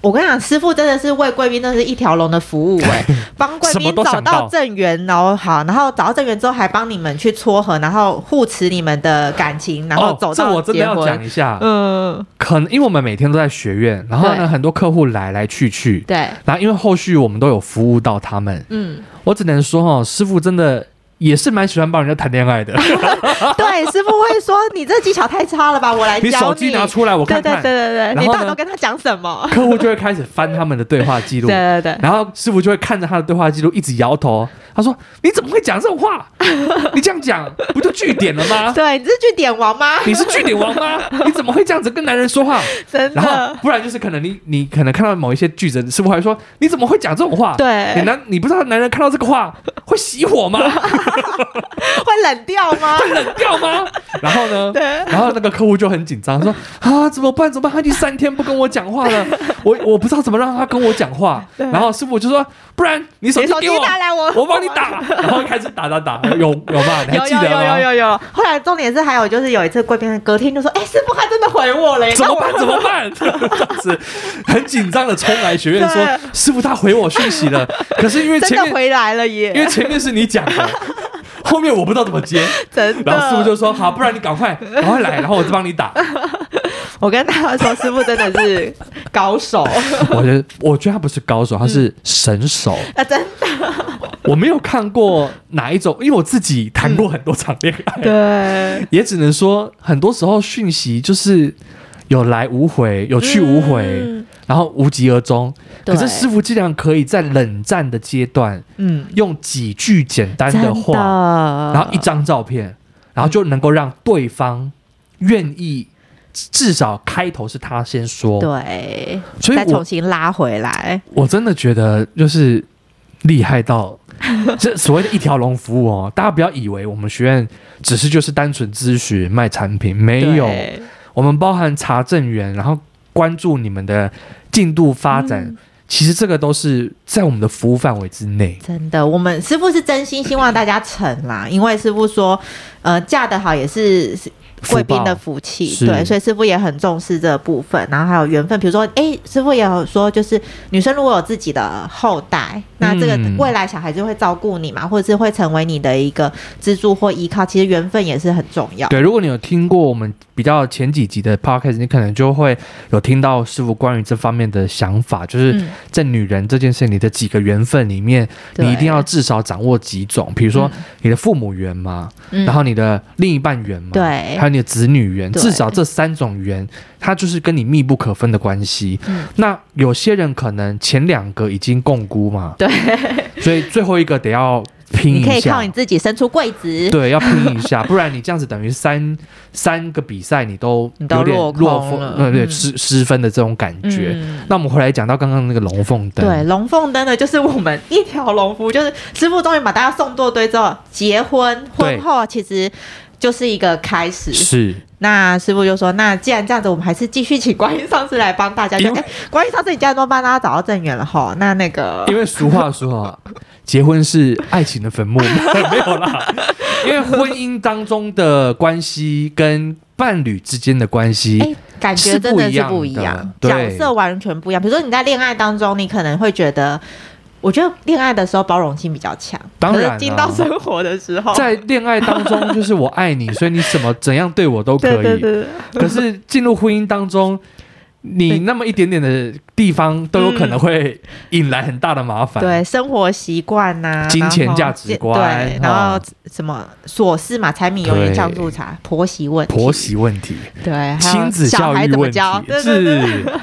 S3: 我跟你讲，师傅真的是为贵宾，那是一条龙的服务、 哎，帮贵
S2: 什么
S3: 宾
S2: 都
S3: 找
S2: 想到
S3: 到正缘，然后好，然后找到正缘之后，还帮你们去撮合，然后护持你们的感情，然后走
S2: 哦、这
S3: 到
S2: 我真的
S3: 结
S2: 要
S3: 婚。
S2: 讲一下，
S3: 嗯，
S2: 可能因为我们每天都在学院，然后
S3: 对
S2: 呢，很多客户来来去去，
S3: 对，
S2: 然后因为后续我们都有服务到他们，
S3: 嗯，
S2: 我只能说哦，师傅真的也是蛮喜欢帮人家谈恋 爱的。
S3: 对，师傅会说你这技巧太差了吧，我来教
S2: 你手机拿出来我看
S3: 对对
S2: 看，
S3: 对对对，
S2: 然
S3: 你
S2: 后
S3: 到底
S2: 呢
S3: 都跟他讲什么？
S2: 客户就会开始翻他们的对话记录
S3: 对，对对，
S2: 然后师傅就会看着他的对话记录一直摇头，他说：“你怎么会讲这种话？你这样讲不就据点了吗？
S3: 对，你是去点王 吗？
S2: 你是据点王吗？你怎么会这样子跟男人说话？”
S3: 真
S2: 然后
S3: 的，
S2: 不然就是可能你你可能看到某一些句子，师傅还说你怎么会讲这种话？
S3: 对
S2: 你男你不知道男人看到这个 话会熄火吗？
S3: 会冷掉吗？
S2: 冷掉吗？ 然后呢？
S3: 对
S2: 然后那个客户就很紧张，说啊怎么办怎么办？他已经三天不跟我讲话了，我我不知道怎么让他跟我讲话，然后师傅就说，不然你手
S3: 你
S2: 机
S3: 手机
S2: 给我，
S3: 拿来我
S2: 我帮你 打，然后开始打打打，有有吧？你还
S3: 有
S2: 记
S3: 有
S2: 得
S3: 有有
S2: 吗？
S3: 有有，后来重点是还有就是有一次贵宾隔天就说，哎、师傅他真的回我了耶，
S2: 怎么办？
S3: 那我
S2: 怎么办？ 这样子很紧张的冲来学院说
S3: 对，
S2: 师傅他回我讯息了，可是因为
S3: 真
S2: 前
S3: 的
S2: 面
S3: 回来了
S2: 因为
S3: 耶，
S2: 前面是你讲 的，后面我不知道怎么接，
S3: 真的。
S2: 然后师傅就说好，不然你赶 快赶快来，然后我再帮你打。
S3: 我跟大家说，师傅真的是高手
S2: 我觉得，我觉得他不是高手，他
S3: 嗯
S2: 是神手。
S3: 啊，真
S2: 我没有看过哪一种，因为我自己谈过很多场恋 爱，
S3: 的
S2: 也只能说很多时候讯息就是有来无回，有去无回，
S3: 嗯
S2: 然后无疾而终。
S3: 对
S2: 可是师傅竟然可以在冷战的阶段，
S3: 嗯，
S2: 用几句简单的话，然
S3: 然
S2: 后一张照片，然后就能够让对方愿意。至少开头是他先说，
S3: 对，
S2: 所以
S3: 再
S2: 我
S3: 重新拉回来，
S2: 我真的觉得就是厉害到这所谓的一条龙服务哦，大家不要以为我们学院只是就是单纯咨询卖产品，没有，
S3: 对
S2: 我们包含查证员，然后关注你们的进度发展。
S3: 嗯
S2: 其实这个都是在我们的服务范围之内，
S3: 真的，我们师傅是真心希望大家成啦，因为师傅说，呃，嫁得好也是是
S2: 福报
S3: 贵宾的福气，
S2: 是
S3: 对，所以师傅也很重视这部分。然后还有缘分，比如说，哎，师傅也有说，就是女生如果有自己的后代，那这个
S2: 嗯
S3: 未来小孩就会照顾你嘛，或者是会成为你的一个支柱或依靠。其实缘分也是很重要。
S2: 对。如果你有听过我们比较前几集的 podcast，你可能就会有听到师傅关于这方面的想法，就是
S3: 嗯，
S2: 在女人这件事，你的几个缘分里面，
S3: 对
S2: 你一定要至少掌握几种，比如说
S3: 嗯
S2: 你的父母缘嘛，
S3: 嗯
S2: 然后你的另一半缘嘛，
S3: 对
S2: 还有你的子女缘，
S3: 对
S2: 至少这三种缘，它就是跟你密不可分的关系。
S3: 嗯
S2: 那有些人可能前两个已经共估嘛，
S3: 对，
S2: 所以最后一个得要拼
S3: 你可
S2: 一
S3: 以
S2: 下
S3: 靠你。自己伸出柜子，
S2: 对，要拼一下，不然你这样子等于三三个比赛你都
S3: 你都
S2: 有点
S3: 落空
S2: 落风，
S3: 了
S2: 呃，对，
S3: 嗯
S2: 失失分的这种感觉。
S3: 嗯
S2: 那我们回来讲到刚刚那个龙凤灯，
S3: 对，龙凤灯呢，就是我们一条龙服务，就是师傅终于把大家送做堆之后，结婚
S2: 对
S3: 婚后其实就是一个开始。
S2: 是
S3: 那师傅就说，那既然这样子，我们还是继续请观音上师来帮大家。就
S2: 因为
S3: 哎，观音上师，你既然都帮大家找到正缘了吼，那那个
S2: 因为俗话说啊， 结婚是爱情的坟 墓，没有啦。因为婚姻当中的关系跟伴侣之间的关系，
S3: 哎，感觉真的是不一样，
S2: 是不一样的
S3: 角色完全不一样。比如说你在恋爱当中，你可能会觉得，我觉得恋爱的时候包容性比较强，
S2: 当然啊
S3: 可是进到生活的时候，
S2: 在恋爱当中就是我爱你，所以你什么怎样对我都可以。
S3: 对对对，
S2: 可是进入婚姻当中，你那么一点点的地方都有可能会引来很大的麻烦。
S3: 嗯对生活习惯呐、
S2: 金钱
S3: 然后
S2: 价值观
S3: 对，然
S2: 哦
S3: 后什么琐事嘛，柴米油盐酱醋茶，婆媳问题，
S2: 婆媳问题、
S3: 对，还有
S2: 亲子
S3: 小
S2: 教
S3: 孩
S2: 育
S3: 怎么
S2: 问题
S3: 教，对对对。
S2: 是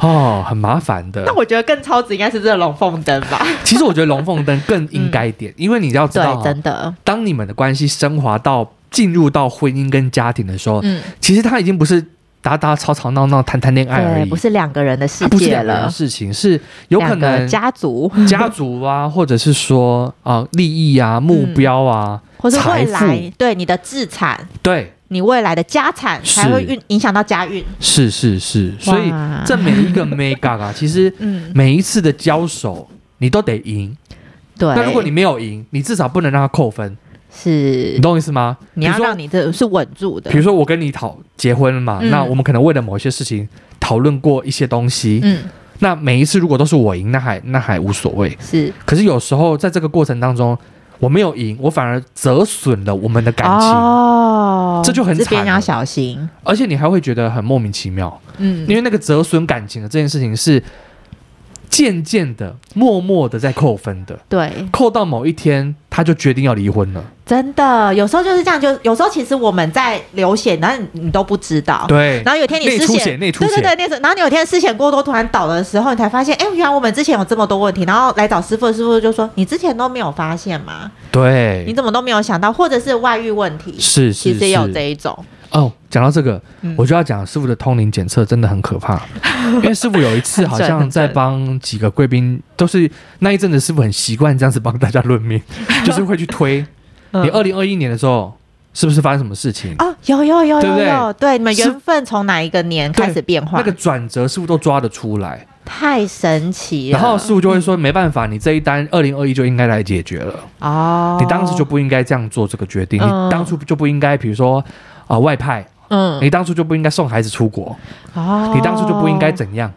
S2: 哦，很麻烦的。
S3: 那我觉得更超值应该是这龙凤灯 吧，
S2: 其实我觉得龙凤灯更应该一点，因为你要知道
S3: 嗯对，
S2: 啊、
S3: 真的，
S2: 当你们的关系升华到进入到婚姻跟家庭的时候，
S3: 嗯，
S2: 其实它已经不是打打吵吵闹闹谈谈恋爱而
S3: 对，
S2: 已，
S3: 不是两个人的世
S2: 哎啊它不是
S3: 界
S2: 两个人的
S3: 了，
S2: 事情，是有可
S3: 两个
S2: 能
S3: 家族，
S2: 家族啊，或者是说啊、利益啊、目标啊、
S3: 嗯或是
S2: 财
S3: 未
S2: 富，
S3: 来对你的资产，
S2: 对，
S3: 你未来的家产
S2: 是
S3: 才会运影响到家运，
S2: 是是是，所以
S3: 哇
S2: 这每一个 mega 啊，其实
S3: 嗯，
S2: 每一次的交手你都得赢。
S3: 对。
S2: 那如果你没有赢，你至少不能让他扣分，
S3: 是
S2: 你懂我意思吗？
S3: 呃
S2: 比
S3: 你要
S2: 如说
S3: 让你这是稳住的
S2: 比，如说我跟你讨结婚了嘛，
S3: 嗯
S2: 那我们可能为了某些事情讨论过一些东西。
S3: 嗯，
S2: 那每一次如果都是我赢，那还那还无所谓。
S3: 是
S2: 可是有时候在这个过程当中，我没有赢，我反而折损了我们的感情，
S3: 哦，
S2: 这就很
S3: 这边
S2: 惨
S3: 要
S2: 了
S3: 小心，
S2: 而且你还会觉得很莫名其妙，
S3: 嗯，
S2: 因为那个折损感情的这件事情是渐渐的、默默的在扣分的，
S3: 对，
S2: 扣到某一天他就决定要离婚了。
S3: 真的有时候就是这样，就有时候其实我们在流血，然后你你都不知道，
S2: 对，
S3: 然后有一天你
S2: 内
S3: 失
S2: 出
S3: 血，
S2: 血内出
S3: 对对
S2: 血
S3: 对，那时候，然后你有一天失血过多突然倒的时候，你才发现，哎，原来我们之前有这么多问题，然后来找师傅，师傅就说你之前都没有发现吗？你
S2: 对，
S3: 怎么都没有想到，或者是外遇问题，
S2: 是
S3: 其
S2: 是
S3: 实也有这
S2: 是。
S3: 一种，
S2: 哦，讲到这个，
S3: 嗯
S2: 我就要讲师傅的通灵检测真的很可 怕，因为师傅有一次好
S3: 很准
S2: 像
S3: 很准
S2: 在帮几个贵宾，都是那一阵子师傅很习惯这样子帮大家论命，就是会去推
S3: 嗯
S2: 你二零二一年的时候是不是发生什么事情？
S3: 哦，有有有
S2: 对不
S3: 有
S2: 对
S3: 有，对，你们
S2: 是
S3: 缘分从哪一个年开始变化？
S2: 那个转折是不是都抓得出来？
S3: 太神奇了。
S2: 然后师傅就会说，没办法，你这一单二零二一就应该来解决了，
S3: 哦，
S2: 你当时就不应该这样做这个决定，
S3: 嗯
S2: 你当初就不应该，比如说啊、外派，
S3: 嗯，
S2: 你当初就不应该送孩子出国，
S3: 哦，
S2: 嗯你当初就不应该怎样。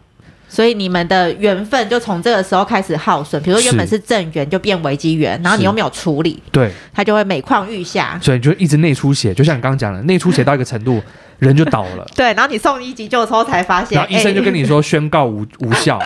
S3: 所以你们的缘分就从这个时候开始耗损，比如说原本
S2: 是
S3: 是正缘就变危机缘，然后你
S2: 是
S3: 又没有处理，
S2: 对，
S3: 它就会每况愈下。
S2: 所以你就一直内出血，就像你刚刚讲的，内出血到一个 程度，人就倒了。
S3: 对，然后你送医急救之后才发现，
S2: 然后医生就跟
S3: 哎
S2: 你说宣告无无效，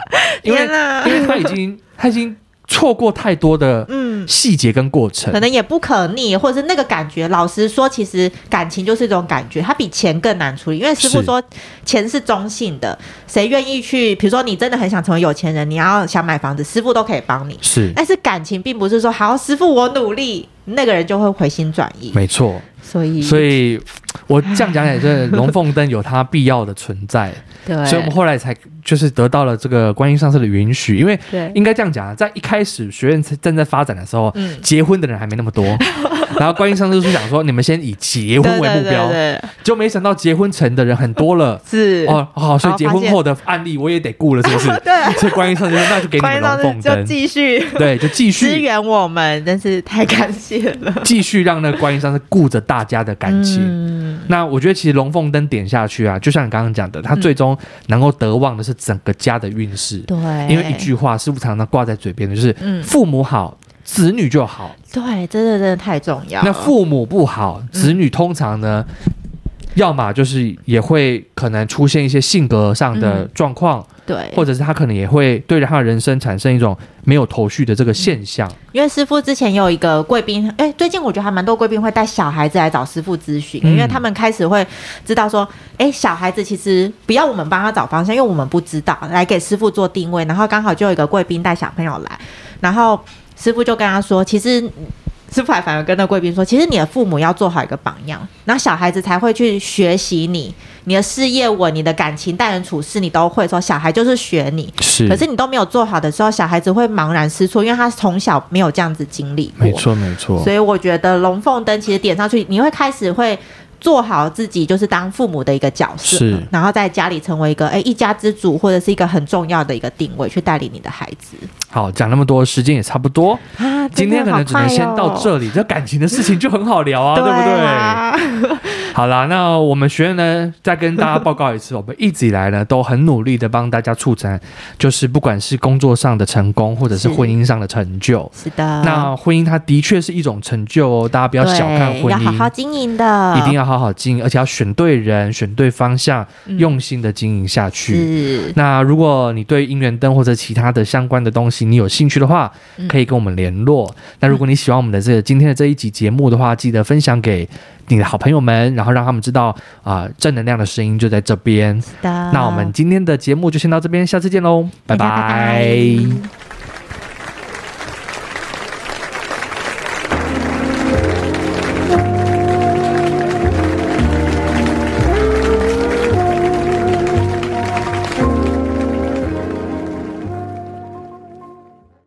S2: 因为
S3: 天哪
S2: 因为他已经他已经错过太多的
S3: 嗯
S2: 细节跟过程
S3: 可，能也不可逆，或者是那个感觉。老实说，其实感情就是一种感觉，它比钱更难处理。因为师傅
S2: 是
S3: 说，钱是中性的，谁愿意去？比如说，你真的很想成为有钱人，你要想买房子，师傅都可以帮你。
S2: 是
S3: 但是感情并不是说好，师傅我努力，那个人就会回心转意。
S2: 没错。
S3: 所以，
S2: 所以我这样讲也是龙凤灯有它必要的存在，
S3: 对，
S2: 所以我们后来才就是得到了这个观音上师的允许，因为
S3: 对
S2: 应该这样讲啊，在一开始学院正在发展的时候，
S3: 嗯
S2: 结婚的人还没那 么多，然后观音上师就想说你们先以结婚为目标
S3: 对，对对对
S2: 就没想到结婚成的人很多了。
S3: 是
S2: 哦，好、所以
S3: 然后
S2: 结
S3: 发
S2: 婚
S3: 现
S2: 后的案例我也得顾了，是不是？
S3: 对
S2: 所以观音上就说那就给你们
S3: 关
S2: 龙
S3: 于上
S2: 凤
S3: 次就
S2: 灯，
S3: 继续
S2: 对，就 继
S3: 支
S2: 续
S3: 援我们，真是太感谢了。
S2: 继续让那个观音上是顾着大家的感情。
S3: 嗯
S2: 那我觉得其实龙凤灯点下去啊，就像你刚刚讲的，他最终能够得望的是整个家的运势。
S3: 对，
S2: 因为一句话，师傅常常挂在嘴边的就是
S3: 嗯
S2: 父母好。子女就好，
S3: 对，真的真的太重要了。
S2: 那父母不好，子女通常呢，要么就是也会可能出现一些性格上的
S3: 嗯
S2: 状况，
S3: 对，
S2: 或者是他可能也会对他的人生产生一种没有头绪的这个现象。
S3: 因为师傅之前有一个贵宾，哎，最近我觉得还蛮多贵宾会带小孩子来找师傅咨询，
S2: 嗯
S3: 因为他们开始会知道说，哎，小孩子其实不要我们帮他找方向，因为我们不知道，来给师傅做定位。然后刚好就有一个贵宾带小朋友来，然后师傅就跟他说，其实。师傅还反而跟那贵宾说：“其实你的父母要做好一个榜样，然后小孩子才会去学习你，你的事业我、你的感情、待人处事，你都会说，小孩就是学你。
S2: 是
S3: 可是你都没有做好的时候，小孩子会茫然失措，因为他从小没有这样子经历过。
S2: 没，错，没错
S3: 所。以我觉得龙凤灯其实点上去，你会开始会做好自己，就是当父母的一个角色，
S2: 是
S3: 然后在家里成为一个哎一家之主，或者是一个很重要的一个定位，去带领你的孩子
S2: 好，讲那么多，时间也差不多，
S3: 啊。
S2: 今天可能只能先到这里。这感情的事情就很好聊啊，对不对？
S3: 不对？
S2: 好啦，那我们学院呢，再跟大家报告一次，我们一直以来呢都很努力的帮大家促成，就是不管是工作上的成功，或者是嗯
S3: 是
S2: 婚姻上的成就。
S3: 是的，
S2: 那婚姻它的确是一种成就哦，大家不
S3: 不
S2: 要小看婚姻，
S3: 要好好经营的，
S2: 一定要好好经营，而且要选对人、选对方向，用心的经营下去。
S3: 是
S2: 那如果你对姻缘灯或者其他的相关的东西你有兴趣的话，可以跟我们联络。那如果你喜欢我们的这个今天的这一集节目的话，记得分享给你的好朋友们，然后让他们知道啊、正能量的声音就在这边。
S3: 的。
S2: 那我们今天的节目就先到这边，下次见喽，
S3: 大家
S2: 啊拜
S3: 拜拜